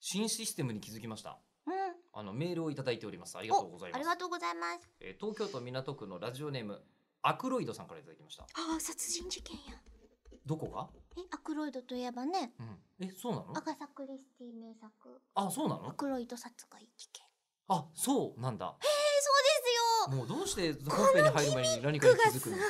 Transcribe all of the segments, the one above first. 新システムに気づきました。うん。あのメールをいただいております。ありがとうごお、ざいあまりす。がとうございます。えー東京都港区のラジオネームアクロイドさんからいただきました。ああ、殺人事件や。どこが？え、アクロイドといえばね、うん。え、そうなの？アガサ・クリスティ名作、あ、そうなアの？クロイド殺害事件。あ、そうなんだ。えー、そうもうどうして本編に入る前に何かに気づくの？ですよ。ギ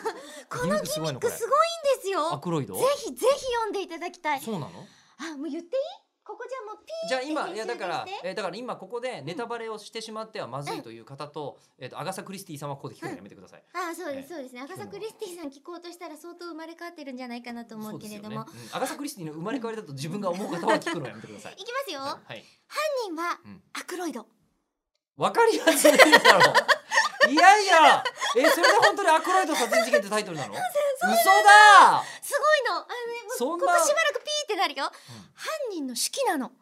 こミのックすごいの曲これ。すごいんです アよ。クロイドぜ？ひぜひ読んでいただきたい。そうなの？あ、もう言っていいここじゃもうピじゃあ今えいやだから編集でえしーだから今ここでネタバレをしてしまってはまずいという方とえっとアガサクリスティさんはここで聞くのやめてください。ああ、そうでえす、そうですね。アガサ・クリスティさん聞こうとしたら相当生まれ変わってるんじゃないかなと思そううでけすよれどね。うも。んアガサクリスティの生まれ変わりだと自分が思う方は聞くのやめてください い。きますよ。は犯い。はい人はうんアクロイド。わかりやすいだろ。いやいや、え、それで本当にアクロイド殺人事件ってタイトルなの。嘘だ。すごいの。あのね、もそうんこなこしばらくピーってなるよ。犯人の手記なの。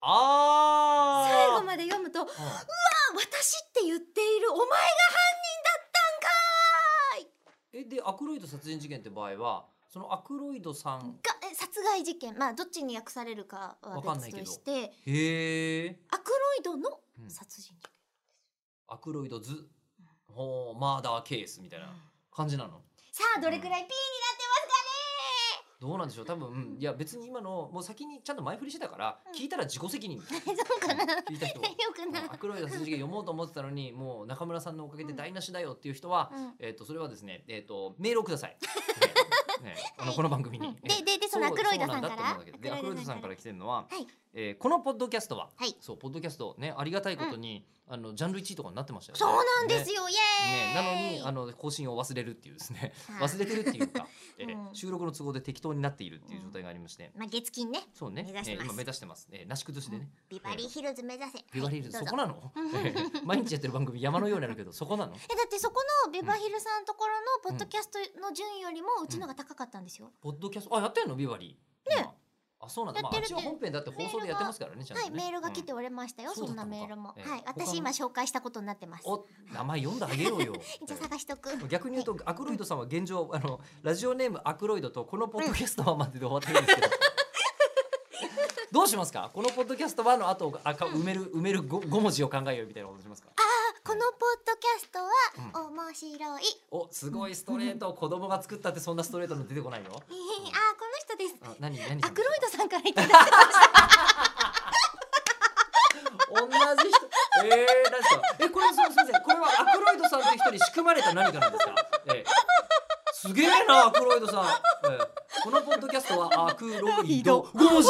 ああ。最後まで読むと、あうん私って言っているお前が犯人だったんかえ、で、アクロイド殺人事件って場合は、そのアクロイドさん。ーい。がえ殺害事件、まあどっちに訳されるかはわかんな別いけどとして、へえ。アクロイドのうん殺人事件。アクロイドズ。ほう、マーダーケースみたいな感じなの。さあどれくらいピーになってどうなんでしょう多分、うんいや別に今のもう先にちゃんと前振りしてたからうん聞いたら自己責任、ますかね。そうかな。聞いた 人は大丈夫かな。アクロイド殺人事件読もうと思ってたのにもう中村さんのおかげで台無しだよっていう人は、うんえっ、とそれはですね、えっ、とメールをください。 ねねあのはいこの番組に。うんええでででそのアクロイドさんからそうなんだって思うんだけどでアアククロロイドイさドさんんかから来てるのは、はいえーこのポッドキャストは、はいそうポッドキャストねありがたいことに、あのジャンル1位とかになってましたよね。そうなんですね。よ、イねエなーイ、のにあの更新を忘れるっていうですねはい忘れてるっていうか、えーうん収録の都合で適当になっているっていう状態がありまして、まあ、月金ねそうね目指してえーます今目指してます、えー、なし崩しでね、ビバリーヒルズ目指せ、ビバリーヒルズはそいこどうぞなのえー 毎日やってる番組山のようになるけどそこなのえだってそこのビバヒルさんところのポッドキャストの順位よりもうちのが高かったんですよ、ポッドキャストあやってんのビバリーねあそうなんだ、まあ、あやっってちるはって本編だって放送でやってますからねちゃんとはねいメールが来うておれましたよ、うんそんなメールも、そうだったはのいかええ私今紹介したことになってますんお名前読んであげようよ じゃあ探しとく逆に言うと、アクロイドさんは現状あのラジオネームアクロイドとこのポッドキャストはまでで終わってるんです けど、どうしますかこのポッドキャストはの後あか埋める埋める 5, 文字を考えようみたいなことしますかこのポッドキャストは面 白い、おすごいストレート子供が作ったってそんなストレートの出てこないよえへへあーこの人ですあ何何さんですアかクロイドさんからいただいた同じ人ええー、何ですかえこれそうすみませんこれはアクロイドさんという人に仕組まれた何かなんですか、ええすげえなアクロイドさん、ええこのポッドキャストはアクロイド5文字